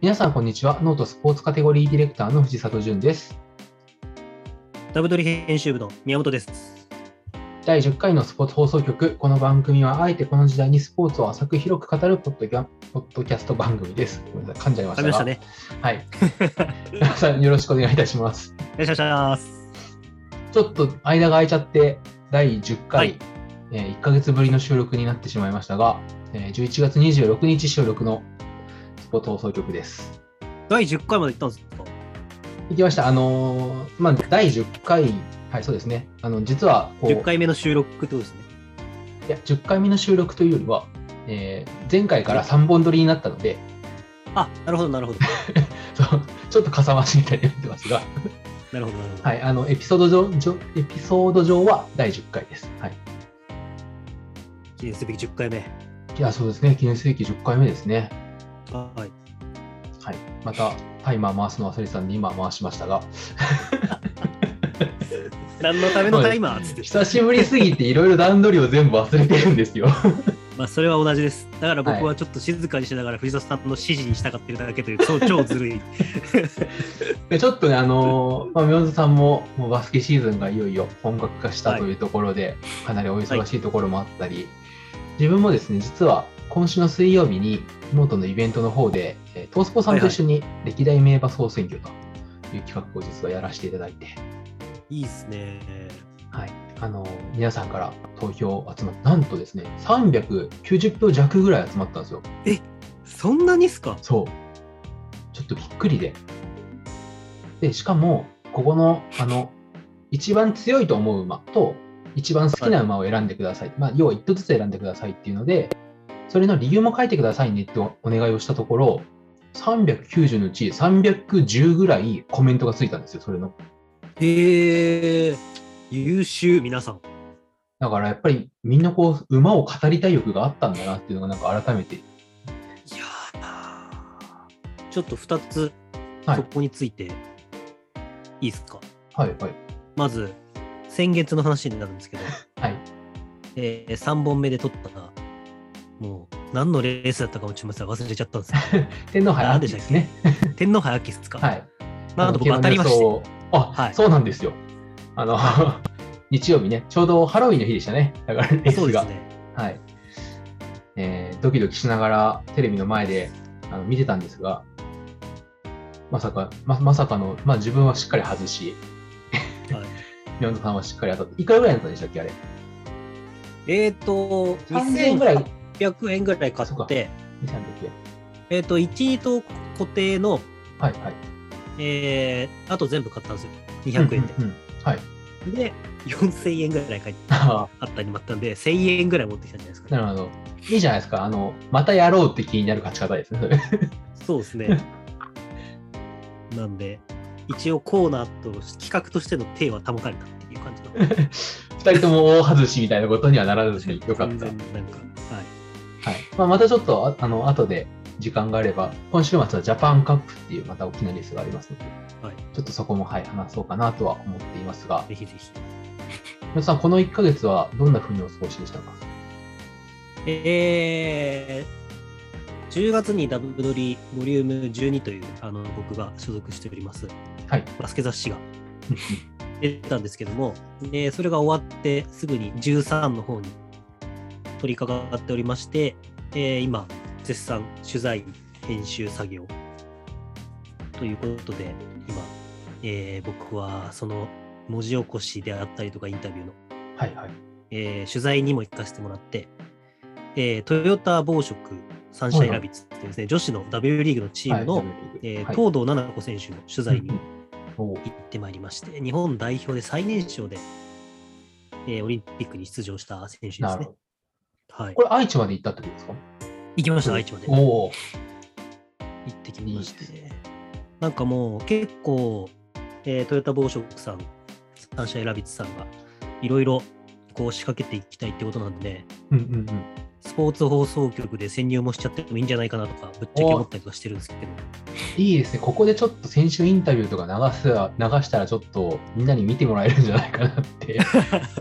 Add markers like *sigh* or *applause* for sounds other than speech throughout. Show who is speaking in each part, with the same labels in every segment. Speaker 1: 皆さん、こんにちは。ノートスポーツカテゴリーディレクターの藤里淳です。
Speaker 2: ダブドリ編集部の宮本です。
Speaker 1: 第10回のスポーツ放送局、この番組は、あえてこの時代にスポーツを浅く広く語るポッドキャポッドキャスト番組です。ごめんなさい、噛んじゃいまし
Speaker 2: 食
Speaker 1: た
Speaker 2: べま
Speaker 1: が。
Speaker 2: した
Speaker 1: は
Speaker 2: ね。
Speaker 1: い。 *laughs* 皆さん、よろしくお願いいたします。
Speaker 2: よろしくお願いします。
Speaker 1: ちょっと間が空いちゃって、第10回、
Speaker 2: はい
Speaker 1: え1ヶ月ぶりの収録になってしまいましたが、えー11月26日収録のスポーツ放送局です。
Speaker 2: 第10回まで行ったんですか
Speaker 1: 行きました。あのーまあ、第10回、はい、そうですね。あの、実はこう、
Speaker 2: ?10 回目の収録ってことですね。
Speaker 1: いや、10回目の収録というよりは、えー前回から3本撮りになったので、
Speaker 2: あ、なるほど、なるほど。 *laughs*
Speaker 1: そうちょっとかさ増しみたいになってますが、
Speaker 2: なるほど、なるほど。
Speaker 1: はい、あの、エピソード上、上エピソード上は第10回です。はい。
Speaker 2: 記念すべき10回目。
Speaker 1: いや、そうですね。記念すべき10回目ですね。
Speaker 2: はい。
Speaker 1: はい。また、タイマー回すの忘れてたんで、今回しましたが、
Speaker 2: 何のためのタイマーっつって。
Speaker 1: 久しぶりすぎて、いろいろ段取りを全部忘れてるんですよ。
Speaker 2: まあ、それは同じです。だか
Speaker 1: は
Speaker 2: ら僕
Speaker 1: い
Speaker 2: はちょっと静かにしながら藤田さんの指示に従ってるだけという、超超ずるい。 *laughs*
Speaker 1: でちょっとね、あのーまあ、宮本さんももうバスケシーズンがいよいよ本格化したというところで、かなりお忙しいところもあったり、自分もですね、実は今週の水曜日にノートのイベントの方で、えートースポさんと一緒に歴代名馬総選挙という企画を実はやらせていただいて、
Speaker 2: いいですね。
Speaker 1: はい、あのー皆さんから投票集まって、なんとですね、390票弱ぐらい集まったんですよ。
Speaker 2: そんなにっすか
Speaker 1: そう。ちょっとびっくりで。で、しかも、ここの、あの、一番強いと思う馬と、一番好きな馬を選んでください。まあ、要は一頭ずつ選んでくださいっていうので、それの理由も書いてくださいねっておお願いをしたところ、390のうち310ぐらいコメントがついたんですよ、それの。
Speaker 2: へえ。優秀、皆さん。
Speaker 1: だからやっぱりみんなこう、馬を語りたい欲があったんだなっていうのがなんか改めて。
Speaker 2: いやーちょっと2つ、
Speaker 1: はい
Speaker 2: そこについて、いいですか。
Speaker 1: はいはい。
Speaker 2: まず、先月の話になるんですけ
Speaker 1: *laughs*
Speaker 2: ど、
Speaker 1: はい。
Speaker 2: え3本目で撮ったら、もう、何のレースだったかもちょっと忘れちゃったんですけ
Speaker 1: 天皇杯
Speaker 2: 何
Speaker 1: 秋
Speaker 2: で
Speaker 1: で
Speaker 2: したっけ
Speaker 1: すね。*laughs*
Speaker 2: ど、天皇杯秋っすか。
Speaker 1: はい。
Speaker 2: まあ、あと僕当たりまし
Speaker 1: 昨日
Speaker 2: て、
Speaker 1: の予想あ、
Speaker 2: はい
Speaker 1: そうなんですよ。あの、 *laughs* 日曜日ね、ちょうどハロウィンの日でしたね。だからレー
Speaker 2: そう
Speaker 1: ス
Speaker 2: で
Speaker 1: が。
Speaker 2: すね。
Speaker 1: はい。えードキドキしながらテレビの前であの見てたんですが、まさか、ままさかの、まあ自分はしっかり外し、 *laughs*
Speaker 2: はい
Speaker 1: 宮本さんはしっかり当たって、いくらぐらいだったんでしたっけ、あれ。
Speaker 2: えっ、と、
Speaker 1: 3000円ぐらい、2
Speaker 2: 2800円ぐらい買
Speaker 1: そうか
Speaker 2: って、
Speaker 1: 3 0
Speaker 2: えっ、と、1、2等固定の、
Speaker 1: はいはい。
Speaker 2: えーあと全部買ったんですよ。200円で。
Speaker 1: うんうんうんはい。 *laughs*
Speaker 2: で、4000円ぐらい買い
Speaker 1: あ
Speaker 2: あったりもあったんで、1000円ぐらい持ってきたんじゃないです
Speaker 1: ーな
Speaker 2: か、
Speaker 1: るほど。いいじゃないですか。あの、またやろうって気になる勝ち方ですね。それ
Speaker 2: そうで
Speaker 1: *laughs*
Speaker 2: すね。なんで、一応コーナーと企画としての手は保たれたっていう感じの。
Speaker 1: *laughs* 二人とも大外しみたいなことにはならずによかっ
Speaker 2: *laughs* 完
Speaker 1: た
Speaker 2: 全。になんか、はい。
Speaker 1: はいまあ、またちょっとああの後で時間があれば、今週末はジャパンカップっていうまた大きなレースがありますので、
Speaker 2: はい
Speaker 1: ちょっとそこも、はい、話そうかなとは思っていますが、
Speaker 2: ぜひぜひ。
Speaker 1: 皆さん、この1ヶ月はどんな風にお過ごしでした
Speaker 2: *laughs*
Speaker 1: か
Speaker 2: えー、10月にダブドリボリューム12という、あの、僕が所属しております、
Speaker 1: はい。
Speaker 2: バスケ雑誌が出たんですけども、でそれが終わってすぐに13の方に取り掛かっておりまして、えー今、絶賛取材、編集作業ということで、今、えー僕はその文字起こしであったりとかインタビューの、
Speaker 1: はいはい。
Speaker 2: えー取材にも行かせてもらって、えートヨタ暴食サンシャインラビッツっていうですね、女子の W リーグのチームの、
Speaker 1: はい
Speaker 2: えー
Speaker 1: はい
Speaker 2: 東堂菜々子選手の取材に
Speaker 1: うんおー
Speaker 2: 行ってまいりまして、日本代表で最年少で、えーオリンピックに出場した選手で
Speaker 1: な
Speaker 2: す
Speaker 1: る
Speaker 2: ね
Speaker 1: ほ。ど。
Speaker 2: はい
Speaker 1: こ。れ、愛知まで行ったってことですか
Speaker 2: 行きました、愛知まで。行
Speaker 1: おお。
Speaker 2: ってきまして。なんかもう結構、えートヨタ暴食さん、サンシャインラビッツさんが、いろいろこう仕掛けていきたいってことなんで、
Speaker 1: うんうんうん。
Speaker 2: スポーツ放送局で潜入もしちゃってもいいんじゃないかなとか、ぶっちゃけ思ったりとかしてるんですけど、
Speaker 1: いいですね。ここでちょっと先週インタビューとか流すわ流したら、ちょっとみんなに見てもらえるんじゃないかなって、 *laughs*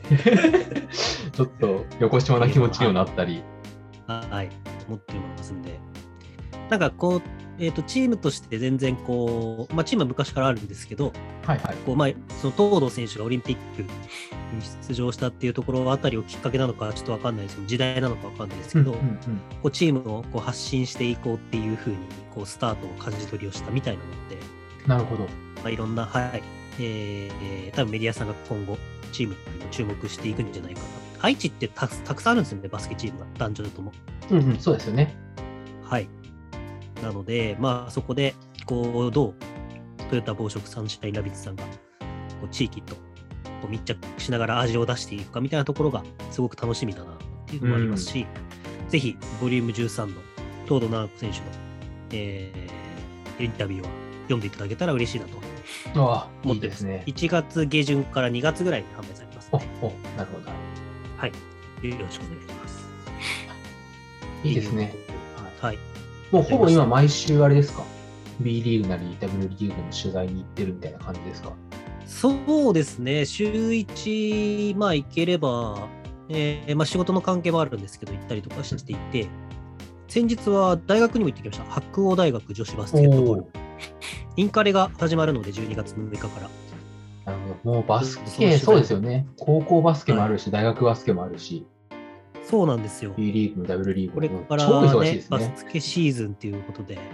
Speaker 1: ちょっと横島な気持ちにもなったり。
Speaker 2: はい、持ってますんで、なんかこう、えー、とチームとして全然こう、まあ、チームは昔からあるんですけど、
Speaker 1: はいはい。
Speaker 2: こうまあ、その東堂選手がオリンピックに出場したっていうところあたりをきっかけなのか、ちょっとわかんないですけど、時代なのかわかんないですけど、
Speaker 1: うんうんうん
Speaker 2: こうチームをこう発信していこうっていうふうにこうスタートを舵取りをしたみたいなので、
Speaker 1: なるほど。
Speaker 2: まあ、いろんな、はいえー、多分メディアさんが今後、チームにも注目していくんじゃないかな。愛知ってたたくさんあるんですよね、バスケチームが、男女とも。
Speaker 1: うんうん、そうですよね。
Speaker 2: はい。なので、まあ、そこで、こう、どう、トヨタ暴食サンシャインラビッツさんが、こう地域とこう密着しながら味を出していくかみたいなところが、すごく楽しみだなっていうのもありますし、ぜひ、ボリューム13の東堂直子選手の、えーインタビューを読んでいただけたら嬉しいなと
Speaker 1: ああ、
Speaker 2: 思
Speaker 1: い
Speaker 2: っ
Speaker 1: い
Speaker 2: て
Speaker 1: で
Speaker 2: ます
Speaker 1: ね。
Speaker 2: 1月下旬から2月ぐらいに販売されます
Speaker 1: お
Speaker 2: ので、
Speaker 1: お、なるほど。
Speaker 2: よろしくお願いします。
Speaker 1: いいですね。
Speaker 2: はい。
Speaker 1: もうほぼ今毎週あれですか ?B リーグなり W リーグの取材に行ってるみたいな感じですか
Speaker 2: そうですね、週1、まあ、行ければ、えーまあ、仕事の関係もあるんですけど、行ったりとかしていて、先日は大学にも行ってきました、白鴎大学女子バスケットボール、
Speaker 1: ー
Speaker 2: インカレが始まるので、12月6日から。
Speaker 1: なるほど。もうバス
Speaker 2: そう
Speaker 1: ケ、
Speaker 2: ですね
Speaker 1: そうですよね。高校バスケもあるし、大学バスケもあるし、
Speaker 2: そうなんですよ。
Speaker 1: B リーグも W リー
Speaker 2: こ
Speaker 1: グ
Speaker 2: れ
Speaker 1: も
Speaker 2: か
Speaker 1: 超
Speaker 2: ら、
Speaker 1: 忙しい
Speaker 2: ね
Speaker 1: で、す
Speaker 2: バ
Speaker 1: ね。
Speaker 2: スケシーズンということで、
Speaker 1: はい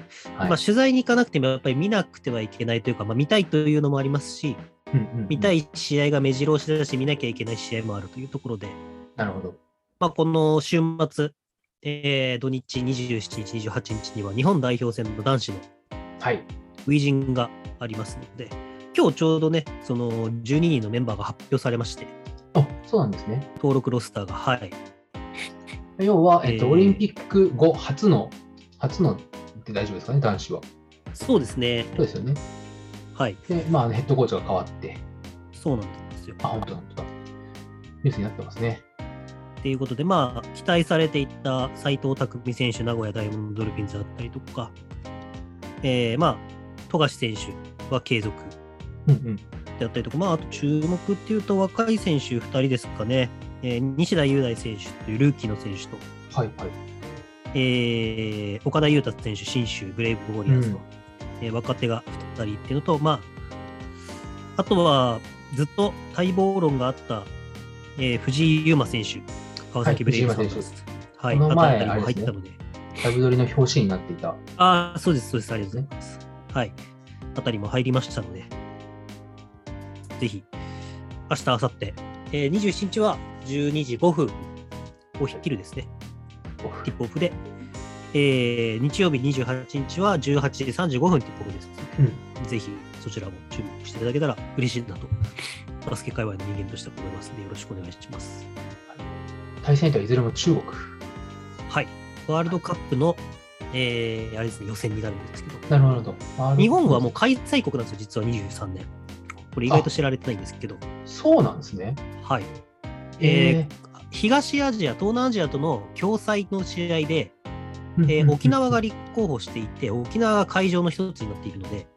Speaker 2: まあ、取材に行かなくても、やっぱり見なくてはいけないというか、まあ、見たいというのもありますし、
Speaker 1: うんうんうん
Speaker 2: 見たい試合が目白押しだし、見なきゃいけない試合もあるというところで、
Speaker 1: なるほど。
Speaker 2: まあ、この週末、えー土日27日、28日には日本代表戦の男子の
Speaker 1: はい。
Speaker 2: 初陣がありますので、今日ちょうどね、その12人のメンバーが発表されまして、
Speaker 1: あ、そうなんですね。
Speaker 2: 登録ロスターが、はい、
Speaker 1: 要は、えっと、
Speaker 2: えー
Speaker 1: オリンピック後初の、初のって大丈夫ですかね、男子は。
Speaker 2: そうですね、
Speaker 1: そうですよね。
Speaker 2: はい、
Speaker 1: で、まあ、ヘッドコーチが変わって、
Speaker 2: そうなんですよ。
Speaker 1: あ、本当だ、本当だ。ニュースになってますね。
Speaker 2: ということで、まあ、期待されていた斎藤匠選手、名古屋ダイヤモンドドルフィンズだったりとか、えーまあ、富樫選手は継続
Speaker 1: うんうん。
Speaker 2: であったりとか、まあ、あと注目っていうと、若い選手2人ですかね、えー西田優大選手というルーキーの選手と、
Speaker 1: はいはい。
Speaker 2: えー岡田優太選手、信州ブレイブウォリアーズの、
Speaker 1: うん
Speaker 2: えー若手が2人っていうのと、まあ、あとはずっと待望論があった、えー藤井優真選手、川崎ブレイブサンダース、はい
Speaker 1: この
Speaker 2: あ
Speaker 1: 前
Speaker 2: たりも入った
Speaker 1: あ
Speaker 2: ので、
Speaker 1: タブドリの表紙になっていた。
Speaker 2: ああ、そうです、そうです、ありがとうございます。はい、あたりも入りましたので、ぜひ、明日、明後日、えー、27日は12時5分、お昼ですね。ティップオフで、えー日曜日28日は18時35分ティップオフです。
Speaker 1: うん。
Speaker 2: ぜひそちらも注目していただけたら嬉しいなと、バスケ界隈の人間として思いますので、よろしくお願いします。
Speaker 1: 対戦相手はいずれも中国。
Speaker 2: はい。ワールドカップの、えーあれですね、予選になるんですけど、
Speaker 1: なるほど。あ
Speaker 2: 日本はもう開催国なんですよ、実は23年。これ意外と知られてないんですけど、
Speaker 1: そうなんですね。
Speaker 2: はい。
Speaker 1: え
Speaker 2: え東アジア、東南アジアとの共催の試合で、
Speaker 1: ー
Speaker 2: えー沖縄が
Speaker 1: り。
Speaker 2: 立候補していて、沖縄が会場の一つになっているので、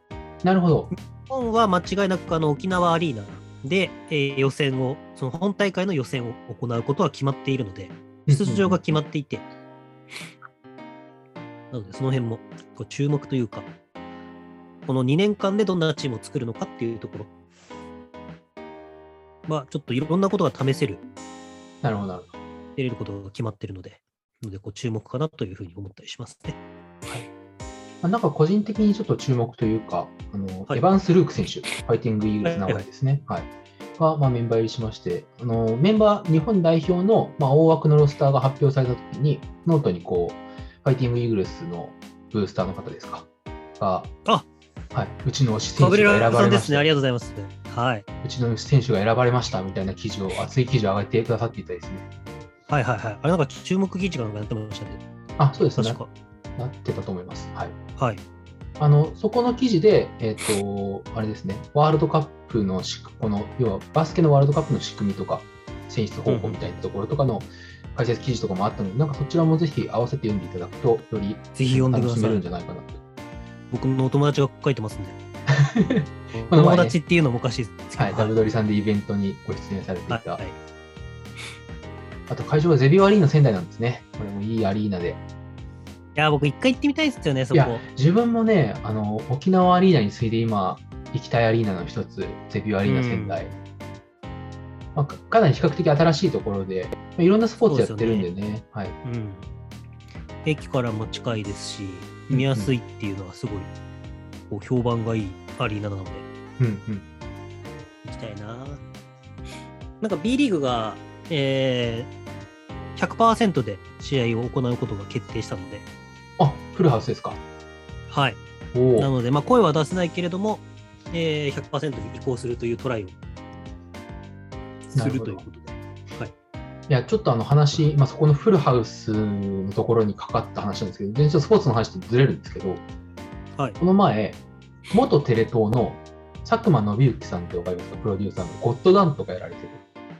Speaker 1: なるほど。
Speaker 2: 日本は間違いなくあの沖縄アリーナで、えー予選を、その本大会の予選を行うことは決まっているので、出場が決まっていて、なのでその辺もこう注目というか、この2年間でどんなチームを作るのかっていうところ、まあ、ちょっといろんなことが試せる、
Speaker 1: なるほど、なるほど。
Speaker 2: 出れることが決まっているので、のでこう注目かなというふうに思ったりしますね。
Speaker 1: まあなんか個人的にちょっと注目というか、あの
Speaker 2: はい
Speaker 1: エヴァンス・ルーク選手、ファイティング・イーグルス名古屋ですね。はい。が、まあ、メンバー入りしまして、あのメンバー、日本代表の、まあ、大枠のロスターが発表されたときに、ノートにこう、ファイティング・イーグルスのブースターの方ですか、が、
Speaker 2: あ
Speaker 1: はい、うちの推し選
Speaker 2: カブ
Speaker 1: 手
Speaker 2: レ
Speaker 1: が
Speaker 2: ラ
Speaker 1: 選ば
Speaker 2: さ
Speaker 1: れ
Speaker 2: んで
Speaker 1: ますし
Speaker 2: ね、あ
Speaker 1: た
Speaker 2: りがとうございます。はい、
Speaker 1: うちの選手が選ばれましたみたいな記事を、熱い記事を上げてくださっていたですね。
Speaker 2: はい、はい、はい。あれなんか注目記事がなんかやってましたね。
Speaker 1: あ、そうですね
Speaker 2: 確。か。
Speaker 1: なってたと思います。はい。
Speaker 2: はい。
Speaker 1: あの、そこの記事で、えっ、と、あれですね、ワールドカップの仕組み、この、要はバスケのワールドカップの仕組みとか、選出方法みたいなところとかの解説記事とかもあったので、なんかそちらもぜひ合わせて読んでいただくと、より
Speaker 2: ぜひ読んでくだ
Speaker 1: 楽し
Speaker 2: さ
Speaker 1: めるん
Speaker 2: い
Speaker 1: じ。ゃないかなと。
Speaker 2: 僕のお友達が書いてますんで。
Speaker 1: この前ね
Speaker 2: 友達っていうのもおかしいですけ
Speaker 1: はい、
Speaker 2: ど。
Speaker 1: ダブドリさんでイベントにご出演されていた。
Speaker 2: はい
Speaker 1: あと会場はゼビオアリーナ仙台なんですね。これもいいアリーナで、
Speaker 2: や、僕一回行ってみたいですよね、そ
Speaker 1: い
Speaker 2: こ。
Speaker 1: や自分もねあの沖縄アリーナに次いで今行きたいアリーナの一つゼビオアリーナ仙台、まあ、かかなり比較的新しいところでまあいろんなスポーツやってるんでねはい、
Speaker 2: うん。駅からも近いですし、見やすいっていうのはすごい、こう評判がいいアリーナなので、
Speaker 1: うんうん、
Speaker 2: 行きたいな。なんか B リーグが、えー、100%で試合を行うことが決定したので、
Speaker 1: あフルハウスですか
Speaker 2: はい。
Speaker 1: お
Speaker 2: な
Speaker 1: お
Speaker 2: ので、まあ、声は出せないけれども、えー100%に移行するというトライをするということで。
Speaker 1: いやちょっとあの話、まあ、そこのフルハウスのところにかかった話なんですけど全然スポーツの話とずれるんですけど
Speaker 2: はい。
Speaker 1: この前元テレ東の佐久間信之さんってわかりますかプロデューサーのゴッドダンとかやられてる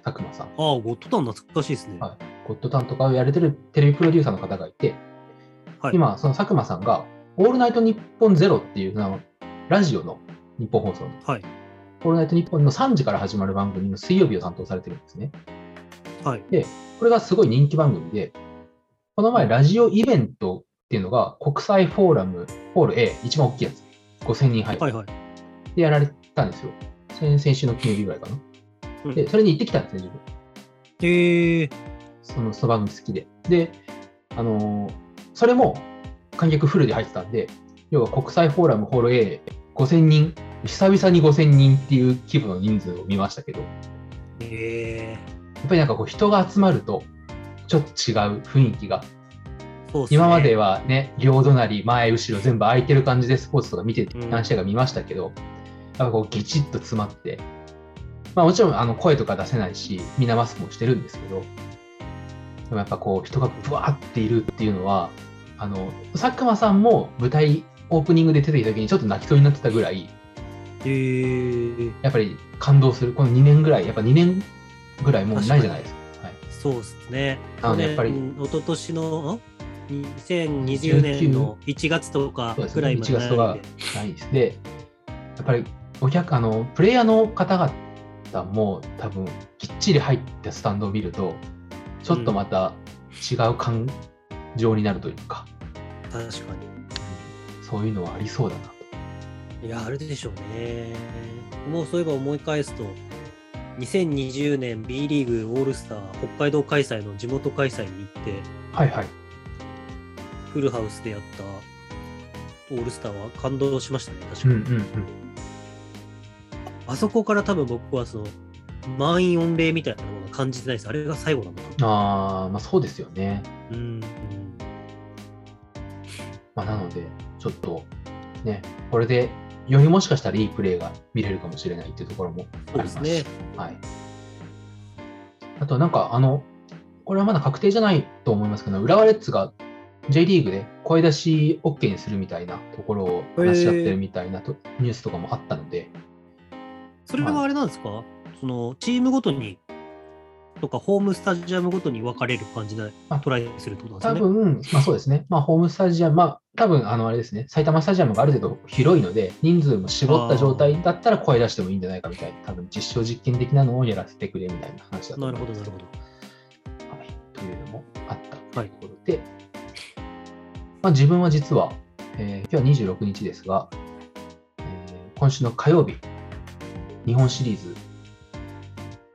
Speaker 1: 佐久間さん
Speaker 2: ああ、ゴッドタウン懐かしいですね。
Speaker 1: はゴッドタンとかをやれてるテレビプロデューサーの方がいて、
Speaker 2: はい
Speaker 1: 今、その佐久間さんが、オールナイトニッポンゼロっていうあの、ラジオの日本放送の、
Speaker 2: はい。
Speaker 1: オールナイトニッポンの3時から始まる番組の水曜日を担当されてるんですね。
Speaker 2: はい。
Speaker 1: これがすごい人気番組で、この前、ラジオイベントっていうのが、国際フォーラム、ホール A、一番大きいやつ、5000人入っ
Speaker 2: はいはい。
Speaker 1: てやられたんですよ。先先週の金曜日ぐらいかな。
Speaker 2: うん
Speaker 1: で、それに行ってきたんですね、自分。
Speaker 2: えー、
Speaker 1: そのその番組好きで。で、あのーそれも観客フルで入ってたんで、要は国際フォーラムホール A5000 人、久々に5000人っていう規模の人数を見ましたけど、や
Speaker 2: え
Speaker 1: っぱりなんかこう人が集まると、ちょっと違う雰囲気が、
Speaker 2: ー、そうっすね
Speaker 1: 今まではね、両隣、前、後ろ、全部空いてる感じでスポーツとか見て、
Speaker 2: うん
Speaker 1: 何試合か見ましたけど、やっぱこう、ぎちっと詰まって、まあ、もちろんあの声とか出せないし、みんなマスクもしてるんですけど、でもやっぱこう、人がぶわーっているっていうのは、あの佐久間さんも舞台オープニングで出てきた時にちょっと泣きそうになってたぐらい、
Speaker 2: えー、
Speaker 1: やっぱり感動する、この2年ぐらい、やっぱ2年ぐらいもうないじゃないですか。はい
Speaker 2: そうっすね。
Speaker 1: なのでやっぱり
Speaker 2: 去年一昨年の、ん2020年の1月とか
Speaker 1: そうです
Speaker 2: ぐら
Speaker 1: ね
Speaker 2: いまで
Speaker 1: 1月とかないです。で、やっぱりお客、あの、プレイヤーの方々も多分、きっちり入ったスタンドを見ると、ちょっとまた違う感情になるというか、
Speaker 2: 確か
Speaker 1: そういうのはありそうだなと。
Speaker 2: に。いや、あるでしょうね。もうそういえば思い返すと、2020年 B リーグオールスター北海道開催の地元開催に行って、
Speaker 1: はいはい。
Speaker 2: フルハウスでやったオールスターは感動しましたね、確
Speaker 1: う
Speaker 2: か
Speaker 1: ん
Speaker 2: に。
Speaker 1: うんうん。
Speaker 2: あそこから多分僕はその満員御礼みたいなものが感じてないです。あれが最後なのか
Speaker 1: あーまあ、そうですよね。
Speaker 2: な。うん。
Speaker 1: まあ、なので、ちょっと、ね、これで、よりもしかしたらいいプレーが見れるかもしれないっていうところもあ
Speaker 2: そ
Speaker 1: り
Speaker 2: うで
Speaker 1: ますす
Speaker 2: ね。
Speaker 1: はい。あと、なんか、あの、これはまだ確定じゃないと思いますけど、浦和レッズが J リーグで声出し OK にするみたいなところを話し合ってるみたいなと、ニュースとかもあったので、
Speaker 2: それはあれなんですか、そのチームごとにとかホームスタジアムごとに分かれる感じで
Speaker 1: あ
Speaker 2: トライするってことなん
Speaker 1: 多分、
Speaker 2: ですね。
Speaker 1: まあそうですね、まあホームスタジアム、まあ多分、あの、あれですね、埼玉スタジアムがある程度広いので、人数も絞った状態だったら声出してもいいんじゃないかみたいな、多分実証実験的なのをやらせてくれみたいな話だと
Speaker 2: な
Speaker 1: 思
Speaker 2: る
Speaker 1: いま
Speaker 2: ほど、
Speaker 1: す
Speaker 2: なるほど。
Speaker 1: はい、というのもあったと
Speaker 2: はいいう
Speaker 1: ところで、まあ、自分は実は、えー今日は26日ですが、えー今週の火曜日、日本シリーズ、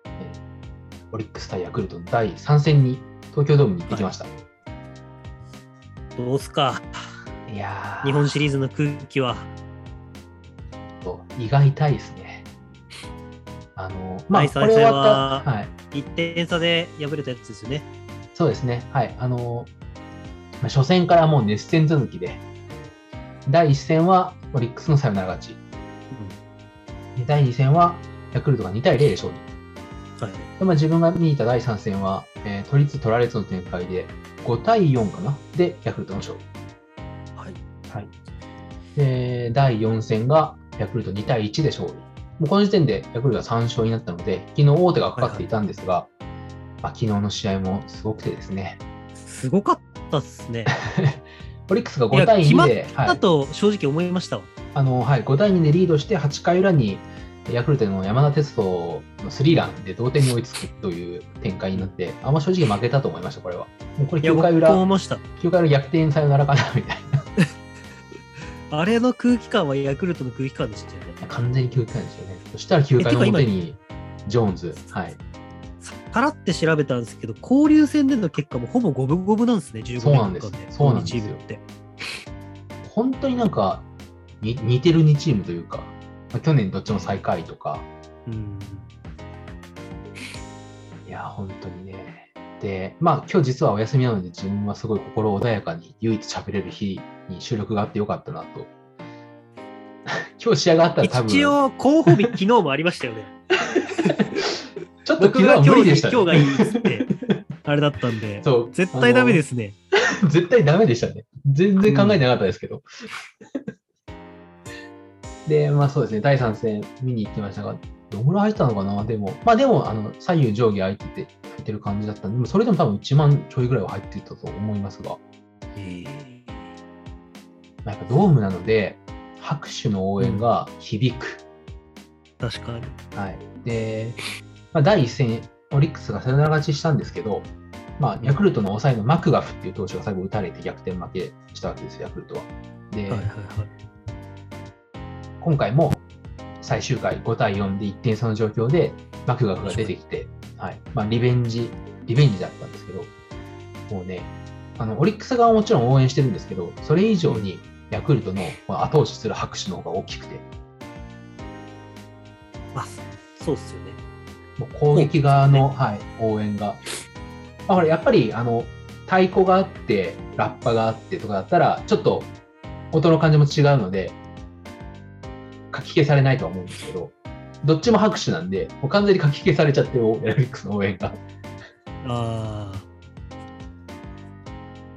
Speaker 1: えーオリックス対ヤクルトの第3戦に東京ドームに行ってきました。
Speaker 2: どうすか、
Speaker 1: い、やー
Speaker 2: 日本シリーズの空気は。
Speaker 1: ちょっと胃が痛いですね。あの、まあ、
Speaker 2: 第
Speaker 1: こ
Speaker 2: 三
Speaker 1: れ終
Speaker 2: 戦
Speaker 1: わ
Speaker 2: は
Speaker 1: った、はい、
Speaker 2: 1点差で敗れたやつですよね。
Speaker 1: そうですね、はい、あの、まあ初戦からもう熱戦続きで、第1戦はオリックスのサヨナラ勝ち。で第2戦はヤクルトが2対0で勝利。
Speaker 2: はい。
Speaker 1: でまあ、自分が見に行った第3戦は、えー、取りつ取られつの展開で5対4かなでヤクルトの勝利。
Speaker 2: はい、
Speaker 1: で第4戦がヤクルト2対1で勝利。もうこの時点でヤクルトが3勝になったので、昨日王手がかかっていたんですが、まあ、昨日の試合もすごくてですね、
Speaker 2: すごかったっ
Speaker 1: *laughs*
Speaker 2: すね。
Speaker 1: オリックスが
Speaker 2: い
Speaker 1: 5
Speaker 2: や、
Speaker 1: 対
Speaker 2: 決ま
Speaker 1: 2
Speaker 2: っ
Speaker 1: で、は
Speaker 2: た
Speaker 1: い
Speaker 2: と正直思いましたわ。
Speaker 1: あのはい、5対2でリードして8回裏にヤクルトの山田哲人のスリーランで同点に追いつくという展開になって、あんま正直負けたと思いました、これは。もうこれ
Speaker 2: いや、
Speaker 1: 9
Speaker 2: 僕
Speaker 1: 回裏、
Speaker 2: も
Speaker 1: 9
Speaker 2: 思いました。
Speaker 1: 回裏逆転さよならかなみたい
Speaker 2: あれの空気感はヤクルトの空気感でしたよね。
Speaker 1: な。完全に9回ですよね。そしたら9回の表に、ジョーンズ。はい。
Speaker 2: さらって調べたんですけど、交流戦での結果もほぼ五分五分なんですね、15
Speaker 1: そうなんで
Speaker 2: 年
Speaker 1: す
Speaker 2: 間で。
Speaker 1: そうなんです
Speaker 2: チ
Speaker 1: よ
Speaker 2: ームって。
Speaker 1: 本当になんか、に似てる2チームというか、まあ去年どっちも最下位とか、
Speaker 2: うん。
Speaker 1: いや、本当にね。で、まあ、今日実はお休みなので、自分はすごい心穏やかに、唯一喋れる日に収録があってよかったなと。 *laughs* 今日仕上がったら多分、
Speaker 2: 一応、候補日、昨日もありましたよね。
Speaker 1: ちょっと *laughs* 昨
Speaker 2: 僕
Speaker 1: 日
Speaker 2: が
Speaker 1: は無
Speaker 2: 今
Speaker 1: 理
Speaker 2: 日
Speaker 1: で
Speaker 2: で
Speaker 1: したね。
Speaker 2: 今日がいいっつって、 *laughs* あれだったんで、
Speaker 1: そう
Speaker 2: 絶対ダメですね。
Speaker 1: あの絶対ダメでしたね。全然考えてなかったですけど。で、まあそうですね、第3戦見に行ってましたが、どんぐらい入ったのかな、でも、まあでも、あの左右上下空いてて、空いてる感じだったんで、でもそれでも多分1万ちょいぐらいは入ってたと思いますが、まあ、やっぱドームなので、拍手の応援が響く。
Speaker 2: 確かに。
Speaker 1: はい、で、まあ、第1戦、オリックスがサヨナラ勝ちしたんですけど、まあ、ヤクルトの抑えのマクガフっていう投手が最後打たれて逆転負けしたわけですよ、ヤクルトは。で、
Speaker 2: はいはいはい。
Speaker 1: 今回も最終回5対4で1点差の状況でマクガフが出てきて、はいまあ、リベンジ、リベンジだったんですけど、もうね、あのオリックス側はもちろん応援してるんですけど、それ以上にヤクルトのまあ後押しする拍手の方が大きくて、
Speaker 2: まあ、そうっすよね。
Speaker 1: もう攻撃側の、はい、応援が。まあ、ほらやっぱりあの太鼓があって、ラッパがあってとかだったら、ちょっと音の感じも違うので、かき消されないとは思うんですけど、どっちも拍手なんで、もう完全にかき消されちゃって、おエラフィックスの応援が。
Speaker 2: ああ。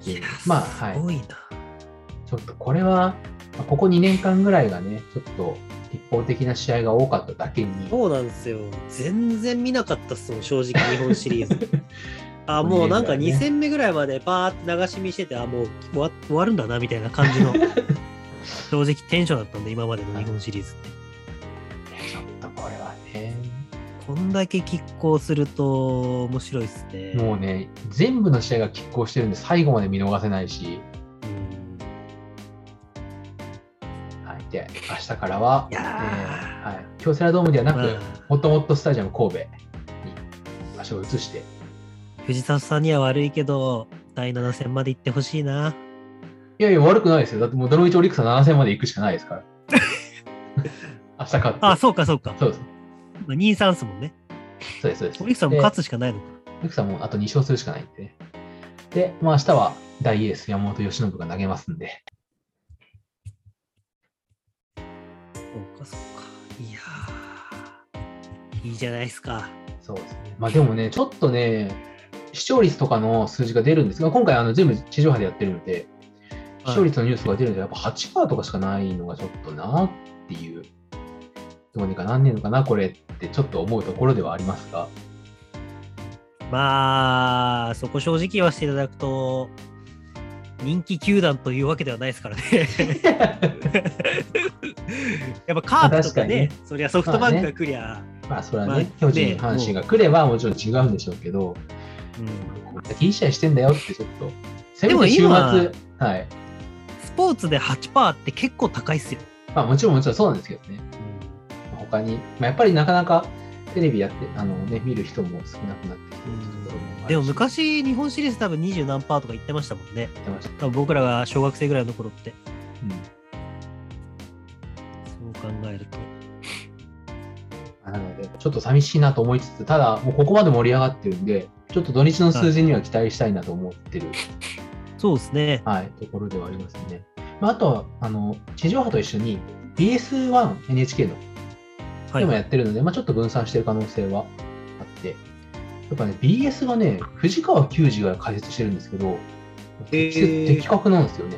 Speaker 2: いや、
Speaker 1: まあはい
Speaker 2: すごいな。
Speaker 1: ちょっとこれは、まあここ2年間ぐらいがね、ちょっと一方的な試合が多かっただけに、
Speaker 2: そうなんですよ。全然見なかったっすもん、正直、日本シリーズ。
Speaker 1: *laughs*
Speaker 2: あもうなんか
Speaker 1: このゲーム
Speaker 2: 2
Speaker 1: はね
Speaker 2: 戦目ぐらいまでパーって流し見してて、あもう終わ終わるんだなみたいな感じ
Speaker 1: *laughs*
Speaker 2: の、正直テンションだったんで、今までの日本シリーズって。
Speaker 1: ちょっとこれはね、
Speaker 2: こんだけ拮抗すると面白いっすね。
Speaker 1: もうね、全部の試合が拮抗してるんで、最後まで見逃せないし、
Speaker 2: うん
Speaker 1: はい、で明日からは、
Speaker 2: い
Speaker 1: え
Speaker 2: や
Speaker 1: ー
Speaker 2: ー
Speaker 1: はい、京セラドームではなく、
Speaker 2: ま
Speaker 1: もっともっとスタジアム神戸に場所を移して、
Speaker 2: あ藤沢さんには悪いけど、第7戦まで行ってほしいな。
Speaker 1: いやいや、悪くないですよ。だってもうどのみちオリックスは7戦まで行くしかないですから。 *laughs* 明日勝って。
Speaker 2: あ、そうか、そうか。
Speaker 1: そうです。
Speaker 2: まあ2、3っすもんね。
Speaker 1: そうです。そうです。
Speaker 2: オリックスはもう勝
Speaker 1: つ。
Speaker 2: つしかないのか。
Speaker 1: オリックスはもうあと2勝するしかないんでね。で、まあ明日は大エース、山本由伸が投げますんで、
Speaker 2: そうか、そうか。いやーいいじゃないですか。
Speaker 1: そうですね。まあでもね、ちょっとね、視聴率とかの数字が出るんですが、今回あの全部地上波でやってるので、視聴率のニュースが出るんで、やっぱ8%とかしかないのがちょっとなっていう、どうにかなんねえのかな、これってちょっと思うところではありますが、
Speaker 2: まあ、そこ正直言わせていただくと、人気球団というわけではないですか
Speaker 1: *laughs*
Speaker 2: らね。やっぱカープとか
Speaker 1: まあ
Speaker 2: ね
Speaker 1: 確、
Speaker 2: そりゃソフトバンクが来りゃ、
Speaker 1: まあ、それはね、
Speaker 2: まあ
Speaker 1: 巨人、
Speaker 2: ね
Speaker 1: 阪神が来ればもちろん違うんでしょうけど、
Speaker 2: うん
Speaker 1: こんだけいい試合してんだよって、ちょっと、せ
Speaker 2: で
Speaker 1: め
Speaker 2: も
Speaker 1: て週末、
Speaker 2: 今
Speaker 1: はい
Speaker 2: スポーツで8%って結構高いっすよ。
Speaker 1: まあ、もちろんもちろんそうなんですけどね、他に、まあ、やっぱりなかなかテレビやって、あのね、見る人も少なくなってきてるところもあるし
Speaker 2: でも昔、日本シリーズ多分20何パーとか言ってましたもんね。
Speaker 1: 言ってました、
Speaker 2: 多分僕らが小学生ぐらいの頃って。
Speaker 1: うん
Speaker 2: そう考えると。
Speaker 1: なので、ちょっと寂しいなと思いつつ、ただ、もうここまで盛り上がってるんで、ちょっと土日の数字には期待したいなと思ってる、
Speaker 2: そうですね。
Speaker 1: はいところではありますね。まあ、あとはあの、地上波と一緒に BS1、NHK の
Speaker 2: は
Speaker 1: で
Speaker 2: い
Speaker 1: も。やってるので、まあ、ちょっと分散してる可能性はあって、やっぱね、BS がね、藤川球児が解説してるんですけど、
Speaker 2: へー
Speaker 1: 適切的確なんですよね。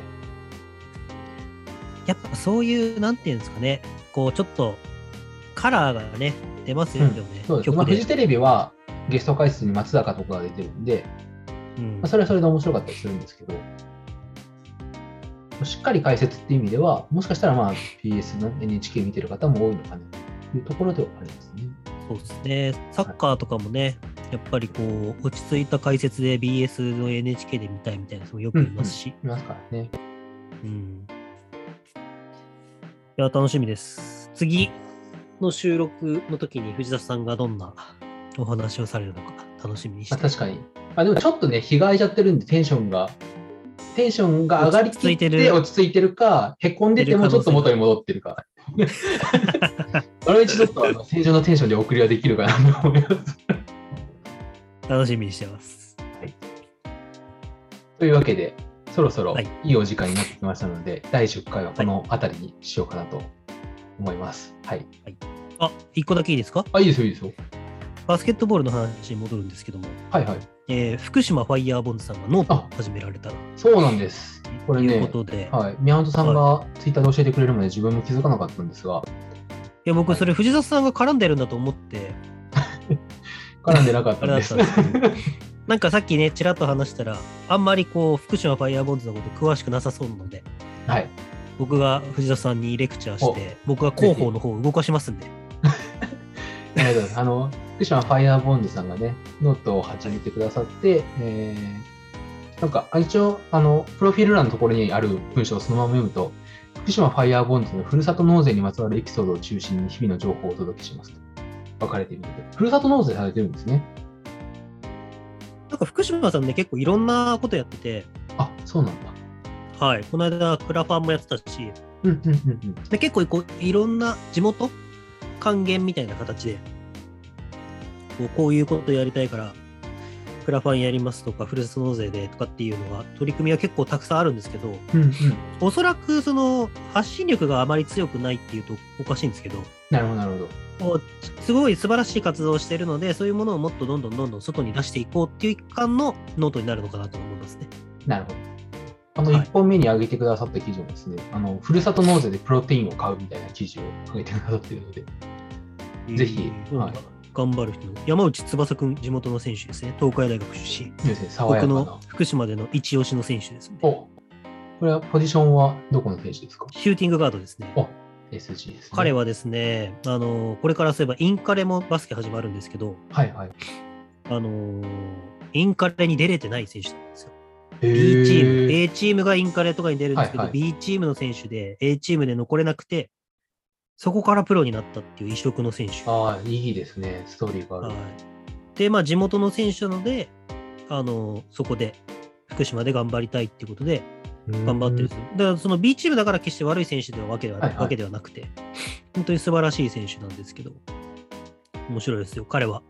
Speaker 2: やっぱそういう、なんていうんですかね、こう、ちょっと、カラーがね、出ますよね、
Speaker 1: そうです。まあ、
Speaker 2: 曲
Speaker 1: フ
Speaker 2: で。
Speaker 1: ジテレビはゲスト解説に松坂とかが出てるんで、
Speaker 2: うん
Speaker 1: まあ、それはそれで面白かったりするんですけど、しっかり解説っていう意味では、もしかしたらまあ PS の NHK 見てる方も多いのかないうところではありますね。
Speaker 2: そうですね。サッカーとかもね、やっぱりこう、落ち着いた解説で BS の NHK で見たいみたいな人もよくいますし。
Speaker 1: いますからね。
Speaker 2: うん。いや、楽しみです。次の収録の時に藤田さんがどんなお話をされるのか楽しみにし
Speaker 1: まあ、
Speaker 2: て。
Speaker 1: 確かに。あでもちょっとね、日がいちゃってるんで、テンションが、テンションが上がりきって
Speaker 2: 落ち着いてる
Speaker 1: 落ち着いてるか、へこんでてもちょっと元に戻ってる
Speaker 2: *laughs*
Speaker 1: か。それ一ちょっとあの正常なテンションで送りはできるかなと思います。
Speaker 2: 楽しみにしてます。
Speaker 1: というわけで、そろそろ
Speaker 2: はい
Speaker 1: いいお時間になってきましたので、第10回はこの辺りにしようかなと思います。はい。
Speaker 2: あ、一個だけいいですか
Speaker 1: あ、いいですよ、いいですよ。
Speaker 2: バスケットボールの話に戻るんですけども、
Speaker 1: はいはい。
Speaker 2: えー福島ファイヤーボンズさんがノートを始められた
Speaker 1: そうなんです。ことれ
Speaker 2: いう
Speaker 1: ね
Speaker 2: こ、とで、
Speaker 1: はい、宮本さんがツイッターで教えてくれるまで自分も気づかなかったんですが、
Speaker 2: いや僕それ藤田さんが絡んでるんだと思って
Speaker 1: 絡んでなかっ
Speaker 2: あ
Speaker 1: た
Speaker 2: れだ
Speaker 1: ん
Speaker 2: っ
Speaker 1: です
Speaker 2: たん。ですけどなんかさっきねちらっと話したらあんまりこう福島ファイヤーボンズのこと詳しくなさそうなので
Speaker 1: はい。
Speaker 2: 僕が藤田さんにレクチャーして僕が広報の方を動かしますんで
Speaker 1: ありがとうございます *laughs* あの、福島ファイヤーボンズさんがね、ノートを始めてくださって、えーなんか、あ一応、あの、プロフィール欄のところにある文章をそのまま読むと、福島ファイヤーボンズのふるさと納税にまつわるエピソードを中心に日々の情報をお届けしますと書かれているので、ふるさと納税されてるんですね。
Speaker 2: なんか福島さんね結構いろんなことやってて
Speaker 1: あ、そうなんだ。
Speaker 2: はいこの間クラファンもやってたし
Speaker 1: うんうんうんうん。
Speaker 2: で結構こういろんな地元還元みたいな形でこうこういうことやりたいからクラファンやりますとかふるさと納税でとかっていうのは取り組みは結構たくさんあるんですけど
Speaker 1: うんうん。
Speaker 2: おそらくその発信力があまり強くないっていうとおかしいんですけど
Speaker 1: なるほど、なるほど。
Speaker 2: こうすごい素晴らしい活動をしているのでそういうものをもっとどんどんどんどん外に出していこうっていう一環のノートになるのかなと思いますね。
Speaker 1: なるほど。あの、
Speaker 2: はい
Speaker 1: 1本目に上げてくださった記事もですね、あの、ふるさと納税でプロテインを買うみたいな記事を上げてくださっているので、ぜひ
Speaker 2: うん
Speaker 1: はい
Speaker 2: 頑張る人の山内翼くん地元の選手ですね東海大学出身。
Speaker 1: ですね、爽や
Speaker 2: 僕
Speaker 1: か
Speaker 2: の
Speaker 1: な。
Speaker 2: 福島での一押しの選手ですね。
Speaker 1: おこれはポジションはどこの選手ですか
Speaker 2: シューティングガードですね。
Speaker 1: お ?SG です、ね。
Speaker 2: 彼
Speaker 1: は。
Speaker 2: はですね、あのこれからすればインカレもバスケ始まるんですけど、
Speaker 1: はいはい。
Speaker 2: あのインカレに出れてない選手なんですよ。
Speaker 1: へ
Speaker 2: B チーム、
Speaker 1: ー
Speaker 2: A チームがインカレとかに出るんですけど、
Speaker 1: はいはい
Speaker 2: B チームの選手で A チームで残れなくて、そこからプロになったっていう異色の選手。
Speaker 1: ああ、いいですね。ストーリーがあ
Speaker 2: は
Speaker 1: る。
Speaker 2: い、で、まあ、地元の選手なので、あのそこで福島で頑張りたいっていうことで、
Speaker 1: うん
Speaker 2: 頑張ってるんですよだからその B チームだから決して悪い選手ではわけでは,、
Speaker 1: はいはい
Speaker 2: わけではなくて、本当に素晴らしい選手なんですけど、面白いですよ、彼は。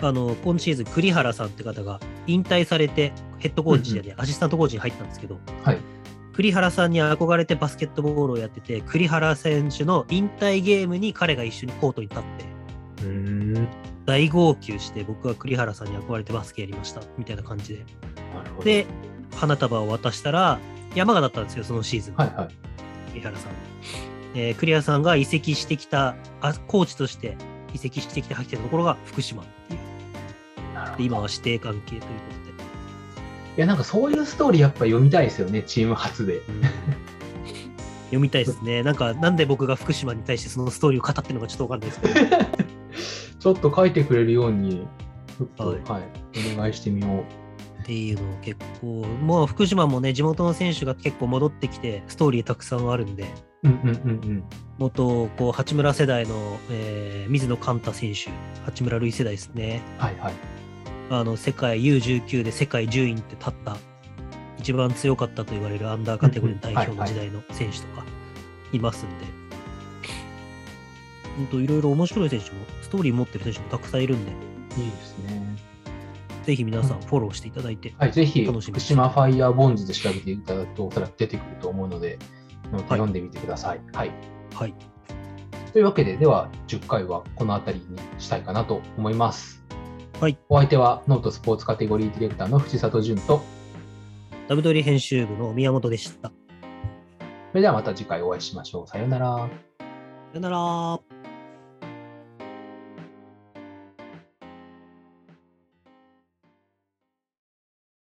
Speaker 2: あの今シーズン、栗原さんって方が引退されて、ヘッドコーチで、アシスタントコーチに入ったんですけど、
Speaker 1: はい。
Speaker 2: 栗原さんに憧れてバスケットボールをやってて、栗原選手の引退ゲームに彼が一緒にコートに立って、
Speaker 1: うーん。なる
Speaker 2: 大号泣して、僕は栗原さんに憧れてバスケやりましたみたいな感じで。
Speaker 1: ほど。
Speaker 2: で、花束を渡したら、山形だったんですよ、そのシーズン。
Speaker 1: はいはい。
Speaker 2: 栗原さん。えー栗原さんが移籍してきたあ、コーチとして移籍してきて入ってたところが福島っていう。
Speaker 1: なるほ
Speaker 2: で
Speaker 1: ど。い
Speaker 2: 今は指定関係というこ
Speaker 1: や、なんかそういうストーリーやっぱ読みたいですよね。チーム初で。
Speaker 2: とで。うん読みたいですね。なんか、なんで僕が福島に対してそのストーリーを語ってるのかちょっとわかんないですけど。
Speaker 1: ちょっと書いてくれるように、ちょっと、
Speaker 2: は
Speaker 1: はいい、お願いしてみよう。
Speaker 2: っていうのを結構、もう福島もね、地元の選手が結構戻ってきて、ストーリーたくさんあるんで、
Speaker 1: うんうんうん
Speaker 2: 元、こう、八村世代の、えー水野寛太選手、八村塁世代ですね。
Speaker 1: うん。はいはい。
Speaker 2: あの世界 U19 で世界10位って立った一番強かったと言われるアンダーカテゴリーの代表の時代の選手とかいますんで、本当いろいろ面白い選手もストーリー持ってる選手もたくさんいるんで
Speaker 1: いいですね。
Speaker 2: ぜひ皆さんフォローしていただいて、
Speaker 1: はい、ぜひ、
Speaker 2: 楽しみ
Speaker 1: 福島ファイヤーボンズで調べていただくと、おそらく出てくると思うので、ノート読んでみてください。はい。
Speaker 2: はい
Speaker 1: というわけで、では、10回はこの辺りにしたいかなと思います。
Speaker 2: はい。
Speaker 1: お相手は、ノートスポーツカテゴリーディレクターの藤里淳と、
Speaker 2: ダブドリ編集部の宮本でしたさ
Speaker 1: それではまた次回お会いしましょう。さようなら。
Speaker 2: よなら